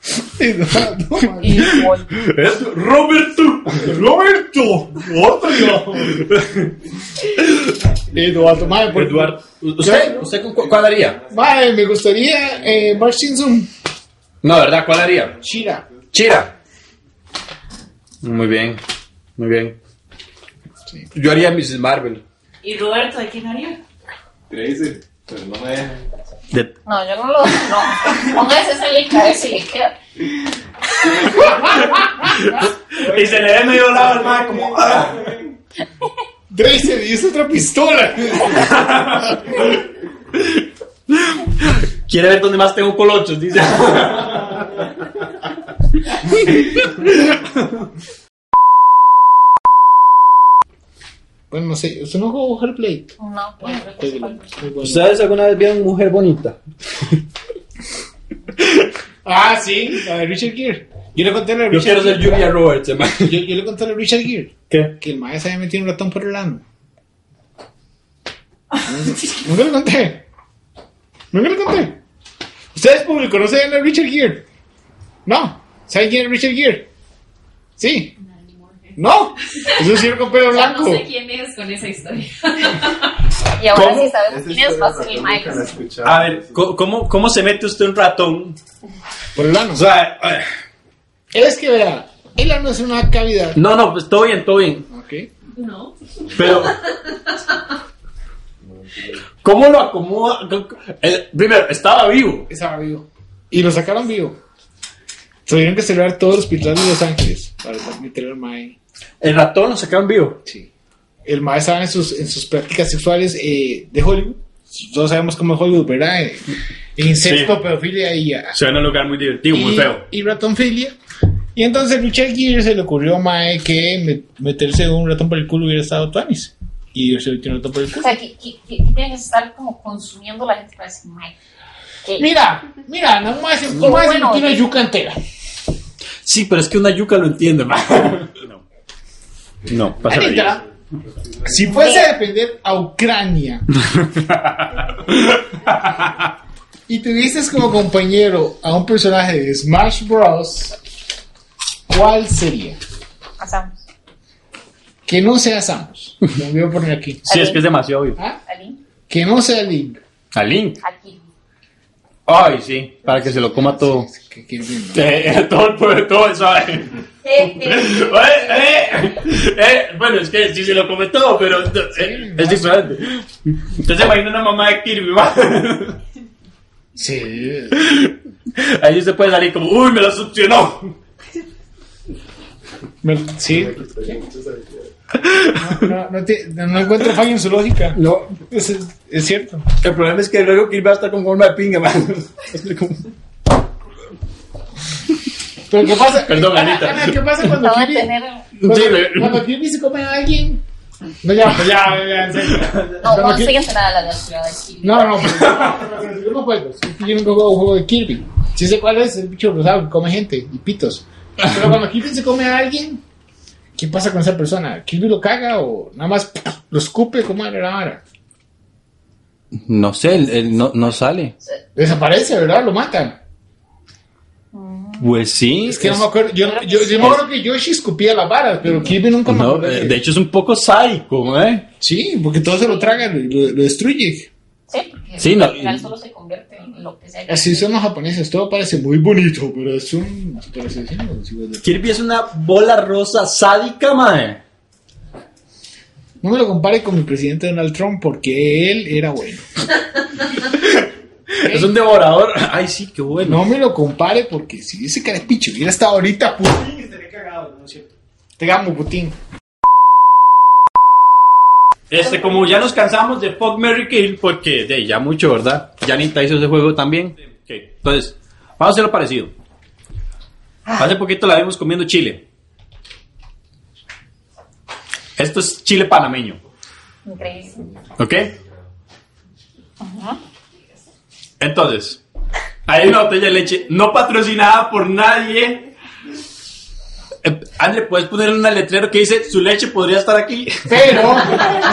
S4: Es Roberto.
S2: Roberto. Otro. Eduardo. Madre, por-
S4: Eduardo.
S7: ¿Usted, usted con cu- cuál haría?
S2: Madre, me gustaría eh, Mark Simpson.
S7: No, ¿verdad? ¿Cuál haría?
S2: Shira.
S7: Chira. Muy bien, muy bien. Yo haría Mrs. Marvel.
S10: ¿Y Roberto de quién haría?
S11: Crazy. Pero no me dejan.
S4: De-
S5: No, yo no lo. No. Póngase esa link a ver si le queda.
S4: Y se le ve medio lado al mae como. ah.
S2: Tracer, y es otra pistola.
S4: Quiere ver dónde más tengo colochos, dice.
S2: bueno, no sé. ¿Usted no jugó Hellblade?
S5: No, pues creo que sí falta.
S2: Muy bueno.
S1: ¿Ustedes alguna vez vieron Mujer Bonita?
S2: Ah, sí, la de Richard Gere. Yo le conté a la de
S7: Yo quiero
S2: Richard
S7: ser
S2: Gere.
S7: Julia Roberts, hermano.
S2: Yo, yo le conté a la de Richard Gere
S4: ¿Qué?
S2: que el maestro se había metido un ratón por el ano. Nunca le conté. Nunca le conté. ¿Ustedes público no saben a Richard Gere? No. ¿Saben quién es Richard Gere? Sí. No. Es un señor con pelo
S3: Ya no
S2: blanco.
S3: sé quién es con esa historia.
S5: Y ahora
S4: ¿Cómo?
S5: sí sabemos
S11: Esa
S5: quién es,
S11: historia
S5: va a ser el
S11: nunca la he
S5: Michael.
S11: escuchado.
S4: A ver, co- ¿cómo, ¿cómo se mete usted un ratón?
S2: Por el ano.
S4: O sea, eh,
S2: Es que vea, el ano es una cavidad.
S4: no, no, pues todo bien, todo bien.
S2: Ok.
S3: No.
S4: Pero. ¿Cómo lo acomoda? Eh, primero, estaba vivo.
S2: Estaba vivo. Y lo sacaron vivo. Tuvieron que cerrar todo el hospital de Los Ángeles para meter al Mae.
S4: El ratón lo sacaron vivo.
S2: Sí. El Mae estaba en sus, en sus prácticas sexuales eh, de Hollywood. Todos sabemos cómo es Hollywood, ¿verdad? Eh, Incesto,
S4: Sí.
S2: pedofilia y, ah,
S4: Se ve en un lugar muy divertido, muy
S2: y-
S4: feo.
S2: y ratonfilia. Y entonces Richard Gere se le ocurrió a Mae que me- meterse un ratón por el culo hubiera estado Tuanis. Y se metió un ratón por el
S5: O
S2: culo.
S5: sea, que, que, que tienen que estar como consumiendo la gente para decir Michael. Que-
S2: Mira, mira, no más, se
S5: No,
S2: mae se
S5: bueno,
S2: metió una
S5: sí.
S2: yuca entera.
S7: Sí, pero es que una yuca lo entiende, hermano.
S4: No, pasa
S2: Anita, si fuese a defender a Ucrania y tuvieses como compañero a un personaje de Smash Bros, ¿cuál sería?
S5: Pasamos.
S2: Que no sea Samus. Lo voy a poner aquí.
S7: Sí, es que es demasiado obvio.
S2: ¿Ah?
S5: Ali,
S2: Que no sea Link.
S7: A Link.
S5: aquí.
S7: Ay, sí. Para que se lo coma todo.
S2: Es que quiero ver, ¿no?
S4: Eh, todo el pueblo, todo eso. eh. Eh, eh, eh, bueno, es que sí se lo come todo, pero eh, es diferente. Entonces imagina una mamá de Kirby, ma.
S2: Sí.
S4: Ahí se puede salir como, uy, me lo succionó.
S2: Me- sí. No, no, no te- no- no encuentro fallo en su lógica.
S7: No,
S2: Es, es- es cierto.
S7: el problema es que luego Kirby va a estar con forma de pinga, hermano.
S2: Pero ¿qué pasa?
S4: Perdón, eh.
S2: Ana,
S4: Anita.
S2: Ana, ¿Qué pasa cuando
S5: No va a
S2: Kirby-
S5: tener.
S2: Cuando,
S4: Sí, me-
S2: cuando Kirby se come a alguien. No, ya, ya, ya, ya, en serio.
S5: No, no
S2: Cuando Kirby-
S5: enseñas nada a la nacionalidad de Kirby.
S2: No, no, pero- pero yo no juego. Yo nunca juego un juego de Kirby. Sí sé cuál es el bicho rosado que come gente y pitos. Pero cuando Kirby se come a alguien, ¿qué pasa con esa persona? ¿Kirby lo caga o nada más lo escupe? ¿Cómo era la vara?
S12: No sé, él- él no, no sale.
S2: Desaparece, ¿verdad? Lo matan.
S12: Pues sí.
S2: Es que no
S12: es-
S2: me acuerdo. Yo, yo, yo me acuerdo que Yoshi escupía las varas, pero Kirby nunca me
S12: no,
S2: acuerdo
S12: eh,
S2: que-
S12: de hecho es un poco psycho, ¿eh?
S2: Sí, porque todo se lo tragan, lo, lo destruye.
S5: Sí, porque
S12: Sí, no,
S5: al final
S12: y-
S5: solo se convierte en lo que sea. que-
S2: Así son los japoneses, todo parece muy bonito, pero es un... pero es así, no, es igual de-
S7: Kirby es una bola rosa sádica, mae.
S2: No me lo compare con mi presidente Donald Trump porque él era bueno.
S7: Es un devorador. Ay, sí, qué bueno.
S2: No me lo compare porque si ese carepicho hubiera estado ahorita Putin, estaría cagado, ¿no es cierto? Te amo, Putin.
S4: Este, como ya nos cansamos de Fuck Mary Kill, porque de, ya mucho, ¿verdad? Ya Nita hizo ese juego también. Ok, Entonces, vamos a hacer lo parecido. Hace poquito la vimos comiendo chile. Esto es chile panameño,
S5: Increíble.
S4: ¿ok? Entonces, hay una botella de leche no patrocinada por nadie. Eh, André, ¿puedes poner un letrero que dice su leche podría estar aquí?
S2: Pero,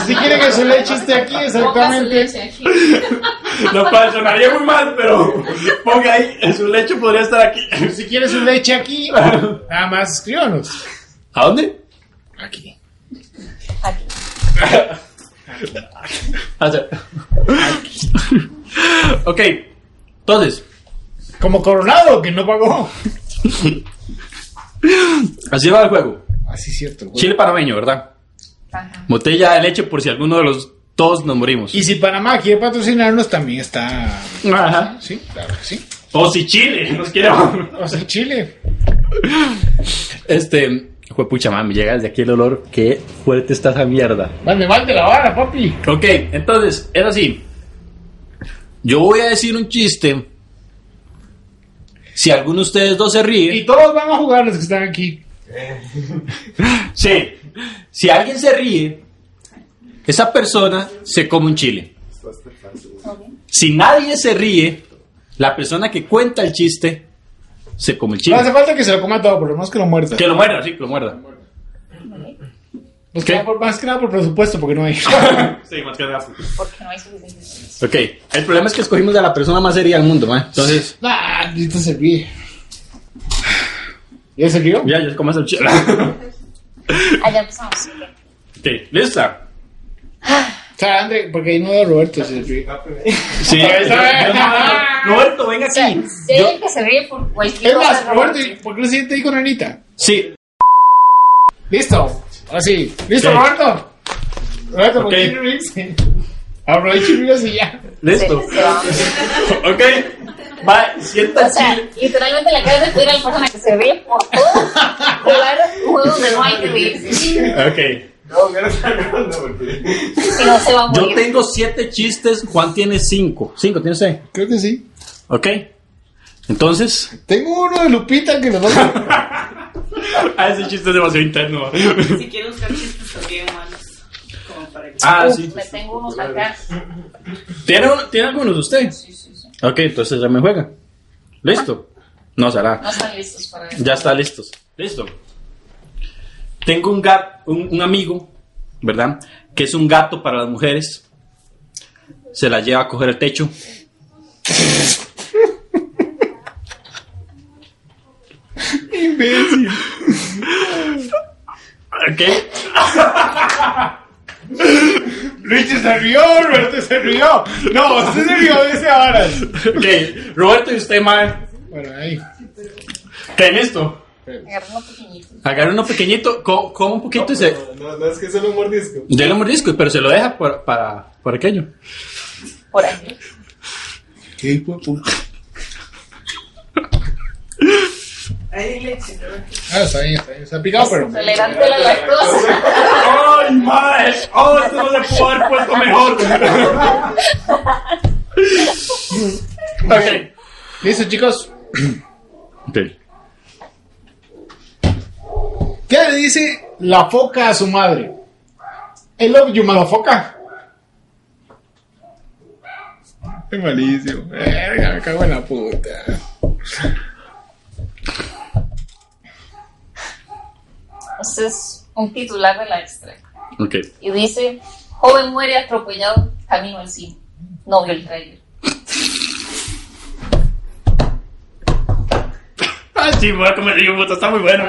S2: si quiere que su
S7: este
S2: leche esté aquí,
S5: Ponga su
S2: exactamente.
S5: leche aquí.
S4: No pasa, sonaría muy mal, pero ponga ahí, en su lecho podría estar aquí.
S2: Si quiere su leche aquí, nada más escríbanos.
S4: ¿A dónde?
S2: Aquí.
S5: Aquí.
S4: O sea, ok, entonces,
S2: Como Coronado, que no pagó.
S4: así va el juego.
S2: Así es Ah, cierto. güey.
S4: Chile panameño, ¿verdad?
S5: Ajá.
S4: Botella de leche por si alguno de los dos nos morimos.
S2: Y si Panamá quiere patrocinarnos, también está...
S4: Ajá.
S2: Sí, claro que sí.
S4: O si Chile nos quiere.
S2: O sea, Chile.
S12: Este, juepucha, mami, llega desde aquí el olor. Qué fuerte está esa mierda.
S2: Vale, vale la vara, papi.
S4: Ok, entonces, es así. Yo voy a decir un chiste. Si alguno de ustedes dos se ríe.
S2: Y todos van a jugar los que están aquí.
S4: Sí. Si alguien se ríe, esa persona se come un chile. Si nadie se ríe, la persona que cuenta el chiste se come el
S2: No
S12: Ah,
S2: hace
S4: chile.
S2: falta que se lo coma todo, por lo menos que lo muerda.
S4: Que lo muerda, sí, que lo muerda.
S2: Pues
S4: ¿Qué?
S2: que por- más que nada por presupuesto, porque no hay.
S4: Sí, más que
S5: Porque no hay suficiente.
S4: Ok, el problema es que escogimos a la persona más seria del mundo, ¿eh? Entonces,
S2: Ah, esto se ríe. ¿Ya se rió?
S4: ya, ya comas el chile.
S5: Allá Ah, empezamos. ok.
S4: ok, ¿lista?
S2: O sea, André, porque ahí no veo a Roberto, se ríe.
S4: Sí. Roberto, venga aquí.
S5: Si hay alguien que se ríe por cualquier
S2: Es más,
S5: cosa.
S2: Ah, Roberto, ¿y ¿por qué no se siente ahí con Anita?
S4: Sí,
S2: Listo. Así. ¿Listo,
S4: Ok.
S2: Roberto? Roberto, ¿por
S4: Ok.
S2: qué no reírse? Aprovecha y ríase ya.
S4: listo. Ok, va, sienta
S5: O
S4: el
S5: sea,
S4: chile.
S5: literalmente la cabeza pudiera la persona que se ríe por todo. Jugar juegos donde no hay que reírse.
S4: Ok.
S11: No, que no está grabando porque.
S5: Si no se va a
S4: Yo
S5: morir.
S4: tengo siete chistes, Juan tiene cinco. Cinco, tiene seis.
S2: Creo que sí.
S4: Ok. Entonces.
S2: Tengo uno de Lupita que lo va a...
S4: Ah, ese chiste es demasiado interno.
S10: Si quieren buscar chistes también malos, como para que.
S4: ah,
S5: Uf,
S4: sí.
S5: Me tengo unos acá.
S4: ¿Tiene, un- ¿Tiene algunos de ustedes?
S5: Sí, sí, sí.
S4: Ok, entonces ya me juega. Listo. No será.
S5: No están listos para eso.
S4: Ya está listos. Listo. Tengo un gato, un, un amigo, ¿verdad? Que es un gato para las mujeres. Se la lleva a coger el techo.
S2: Imbécil.
S4: Ok.
S2: Luis se rió, Roberto se rió. No, usted se rió de ese ahora.
S4: Ok. Roberto y usted, Mae.
S2: Bueno, ahí.
S4: Ok, listo.
S5: Agarra uno pequeñito.
S4: Agarra uno pequeñito, co- come un poquito y se,
S11: No, no es que solo un mordisco.
S4: Yo lo mordisco, pero se lo deja por- para, para aquello.
S5: Por ahí.
S2: Qué hijo de puta.
S10: Hay leche, ¿verdad?
S2: Ah, está bien, está bien. Está picado, pero.
S5: Tolerante a la lactosa.
S4: ¡Ay, maes! ¡Oh, esto no se pudo haber puesto mejor! ok.
S2: Listo, chicos.
S4: Ok.
S2: ¿Qué le dice la foca a su madre? I love you, motherfucker. Es malísimo. Verga, me cago en la puta.
S5: Este es un titular de la extra.
S4: Ok.
S5: Y dice: Joven muere atropellado camino al cine. No vio el trailer.
S4: Ah, sí, voy a comer digo, puta, está muy bueno.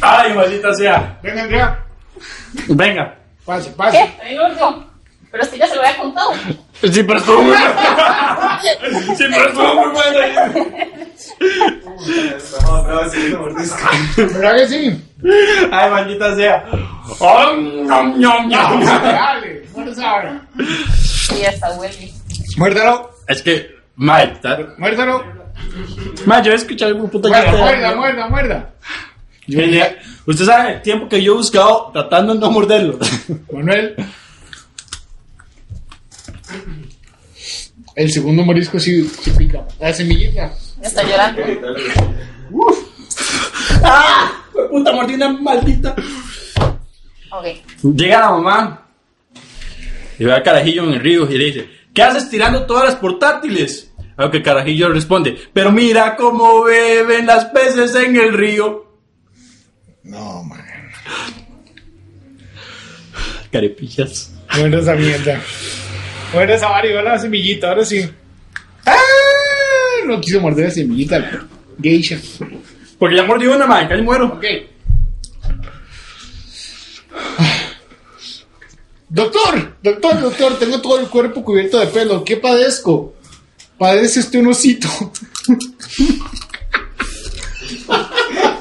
S7: Ay, maldita sea.
S2: Venga, Andrea.
S7: Venga.
S2: Pase,
S5: ¿Qué?
S2: pase.
S5: Ahí lo digo. Pero si ya se lo había contado.
S7: Sí, pero estuvo muy bueno. Sí, pero estuvo muy bueno.
S11: No, no, sí, no mordisco.
S2: ¿Verdad que sí?
S7: Ay, maldita sea. Oh, ñom, ñom, ñom.
S2: Dale, muérdelo ahora.
S5: Y hasta huele.
S2: Muérdalo,
S4: Es que, Mike, está-
S2: muérdalo.
S7: Ma, yo he escuchado algún puto
S2: Muerda,
S7: chiste.
S2: muerda, muerda, muerda.
S7: Yo ya- Usted sabe el tiempo que yo he buscado tratando de no morderlo.
S2: Manuel. El segundo morisco sí, sí pica. La semillita.
S5: Está llorando.
S7: ¡Ah! Puta mordida maldita.
S5: Ok.
S7: Llega la mamá
S4: y ve al carajillo en el río y le dice, ¿qué haces tirando todas las portátiles? A lo que el carajillo responde, pero mira cómo beben las peces en el río.
S2: No, man.
S4: Carepillas.
S2: Muerda esa mierda. Muerda esa variola, la semillita, ahora sí. ¡Ah! No quiso morder la semillita. la Geisha.
S7: porque ya mordió una, madre, casi muero.
S2: Ok. Doctor, doctor, doctor, tengo todo el cuerpo cubierto de pelo. ¿Qué padezco? Padece usted un osito.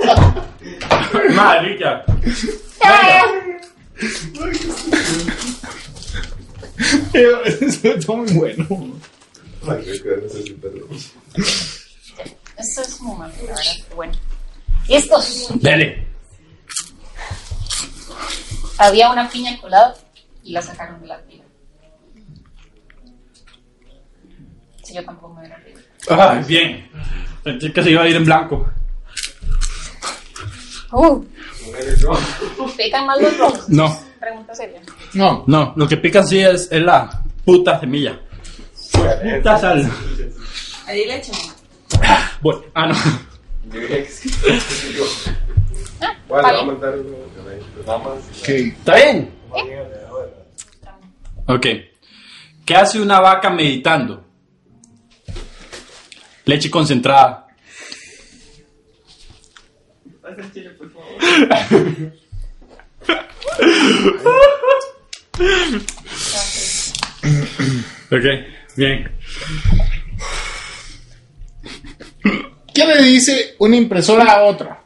S7: Madre, ya.
S2: Eso está muy bueno.
S11: Ay, qué caro, eso es un perro.
S5: Esto es muy malo, la verdad. pero Bueno. Y estos.
S4: Dele.
S5: Había una piña colada y la sacaron de la pila. Si yo tampoco me hubiera reído.
S7: Ay, bien. Pensé que se iba a ir en blanco.
S5: Uh,
S11: Una de rojo.
S5: ¿Pican mal los rojos?
S7: No.
S5: Pregunta seria.
S2: No,
S7: No, lo que pican sí es, es la puta semilla. Puta sal.
S10: Ahí le echan.
S7: Bueno, ah, no.
S11: Yo diría que sí. Digo, Bueno,
S5: vale.
S11: vamos a mandar uno. Pues nada más.
S2: que
S7: ¿Está bien?
S11: Va bien, a ver.
S7: Ok. ¿Qué hace una vaca meditando? Leche concentrada.
S10: Pasa el chile, por favor.
S7: Ok, bien.
S2: ¿Qué le dice una impresora a otra?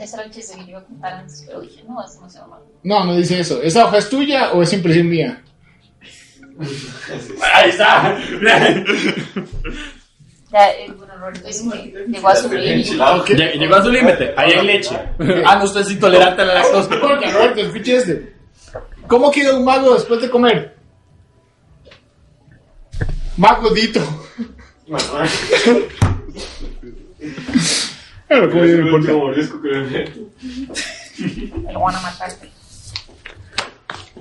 S5: Ese era el chiste que yo iba a contar antes, pero dije, no, es demasiado malo.
S2: No, no dice eso. ¿Esa hoja es tuya o es impresión mía?
S7: Ahí está.
S5: Ya, eh, bueno, Roberto dice que llegó a su límite.
S11: Enchilado.
S7: Lle- Llegó a su límite. Ahí hay leche. Ah, no, usted es intolerante a la lactosa.
S2: Porque Roberto, el pinche este. ¿Cómo queda un mago después de comer? Magodito.
S11: Mamá.
S2: Pero como
S11: Es
S2: yo
S11: el
S2: no importa.
S11: último morisco que le meto.
S5: Me lo van a matar.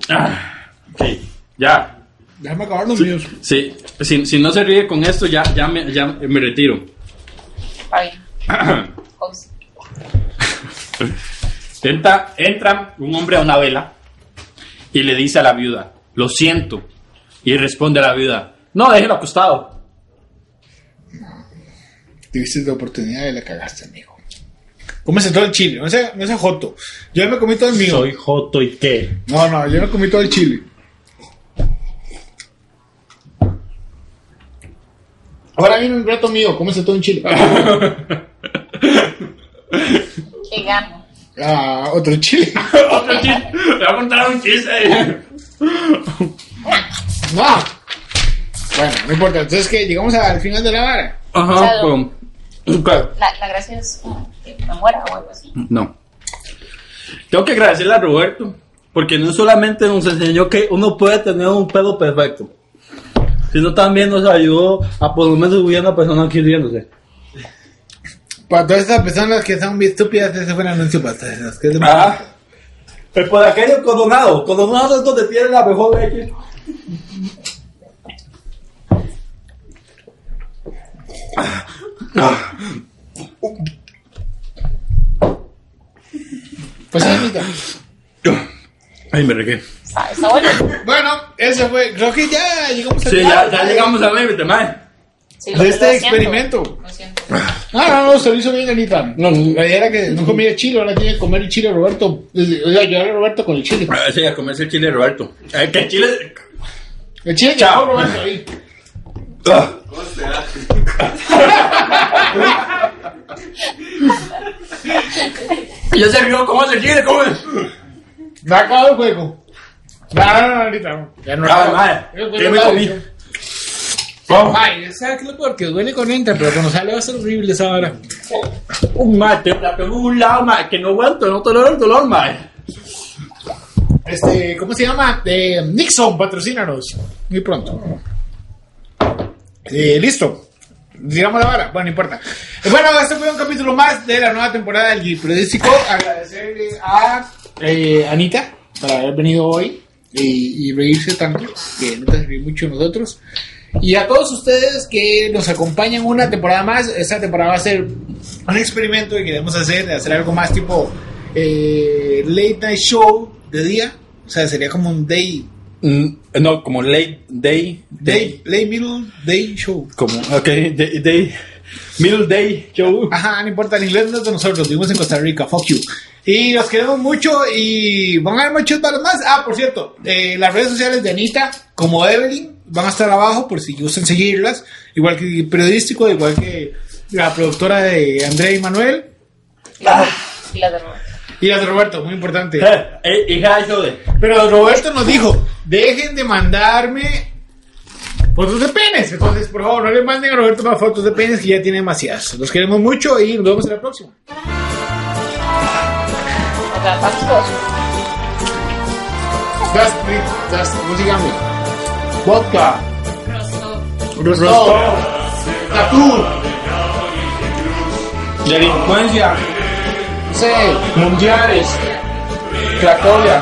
S7: Ah,
S4: Ok, ya.
S2: Déjame acabar los míos.
S4: Sí, si, si no se ríe con esto, ya, ya, me, ya me retiro.
S5: Está bien. Cosas.
S4: Entra, entra un hombre a una vela y le dice a la viuda, lo siento. Y responde la viuda, no, déjelo acostado.
S2: Tuviste la oportunidad y la cagaste, amigo. Cómese todo el chile, no sea, no sea joto. Yo ya me comí todo el mío.
S12: Joto y qué.
S2: No, no, yo me comí todo el chile. Ahora viene un reto mío, cómese todo un chile.
S5: ¿Qué gano?
S2: Ah, otro chile.
S7: Otro chiste. Le voy a contar un chiste.
S2: No. Bueno, no importa. Entonces que llegamos al final de la vara.
S4: Ajá, con- con-
S5: La, la gracia es como que me muera o algo así.
S4: No. Tengo que agradecerle a Roberto, porque no solamente nos enseñó que uno puede tener un pedo perfecto, sino también nos ayudó a por lo menos huir a una persona aquí riéndose.
S2: Para todas estas personas que son muy estúpidas, ese fue el anuncio para todas esas. Que es de-
S7: Ah. Pues por aquello Coronado. Coronado es donde tiene la mejor leche. Pues sí, amiga.
S13: Ay, me regué.
S5: Está, está bueno.
S7: Bueno, eso fue. Creo que ya llegamos al
S4: Sí, ya,
S7: final.
S4: ya llegamos al límite, mae.
S5: Sí,
S7: De
S5: lo- lo
S7: este
S5: siento,
S7: experimento.
S5: lo siento.
S7: Ah, No, no, no, se lo hizo bien Anita. No, la idea era que no comía chile, ahora tiene que comer el chile Roberto. eh, O sea, ayudar a Roberto con el chile.
S4: Ah, Sí, a comerse el chile de Roberto. Eh, ¿Qué chile?
S7: El chile que dejó Roberto ahí.
S4: Ah. Ya se vio cómo es el chile, cómo es.
S7: Me ha acabado el juego. No, no, Ah, no, ahorita no. Ya no.
S4: Ah, madre,
S7: Yo
S4: ¿qué
S7: creo
S4: me
S7: que-
S4: comí?
S7: Ay, o sea, que lo peor que duele con Inter, pero cuando sale va a ser horrible esa hora.
S4: Un mate, la tengo en un lado, mae, que no aguanto, no tolero el dolor, mae.
S7: Este, ¿cómo se llama? Eh, Nixon, patrocínanos. Muy pronto. Eh, Listo. Digamos la vara. Bueno, no importa. Eh, Bueno, este fue un capítulo más de la nueva temporada del Giprodístico. Agradecerle a eh, Anita por haber venido hoy Eh, y, y reírse tanto, que no te reí mucho nosotros. Y a todos ustedes que nos acompañan una temporada más, esta temporada va a ser un experimento que queremos hacer, de hacer algo más tipo eh, late night show de día, o sea, sería como un day,
S4: Mm, No, como late day.
S7: day, late middle day show.
S4: Como, ok, day, day. Middle day show.
S7: Ajá, no importa, el inglés no es de nosotros, vivimos en Costa Rica, fuck you. Y los queremos mucho y van a haber muchos para más. Ah, por cierto, eh, las redes sociales de Anita, como Evelyn, van a estar abajo por si gustan seguirlas. Igual que el periodístico, igual que la productora de André y Manuel.
S5: Y la- Y la de nuevo.
S7: Y las de Roberto, muy importante.
S4: Eh, eh, hija, eso de.
S7: Pero Roberto nos dijo, dejen de mandarme fotos de penes. Entonces, por favor, no le manden a Roberto más fotos de penes que ya tiene demasiadas. Los queremos mucho y nos vemos en la próxima.
S5: O sea, pasos todos.
S7: Das, das, díganme. Vodka.
S5: Rostov.
S7: Rostov. Tatú.
S4: Delincuencia.
S7: Sí.
S4: Mundiales. Cracovia.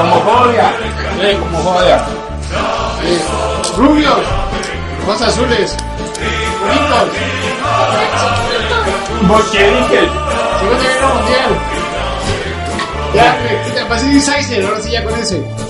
S4: Homofobia. Sí, homofobia.
S7: Rubios. Cosas azules. Bonitos.
S4: Bolcheviques.
S7: Segunda Guerra Mundial. Ya, te pasé 16, pues, ahora sí ya con ese.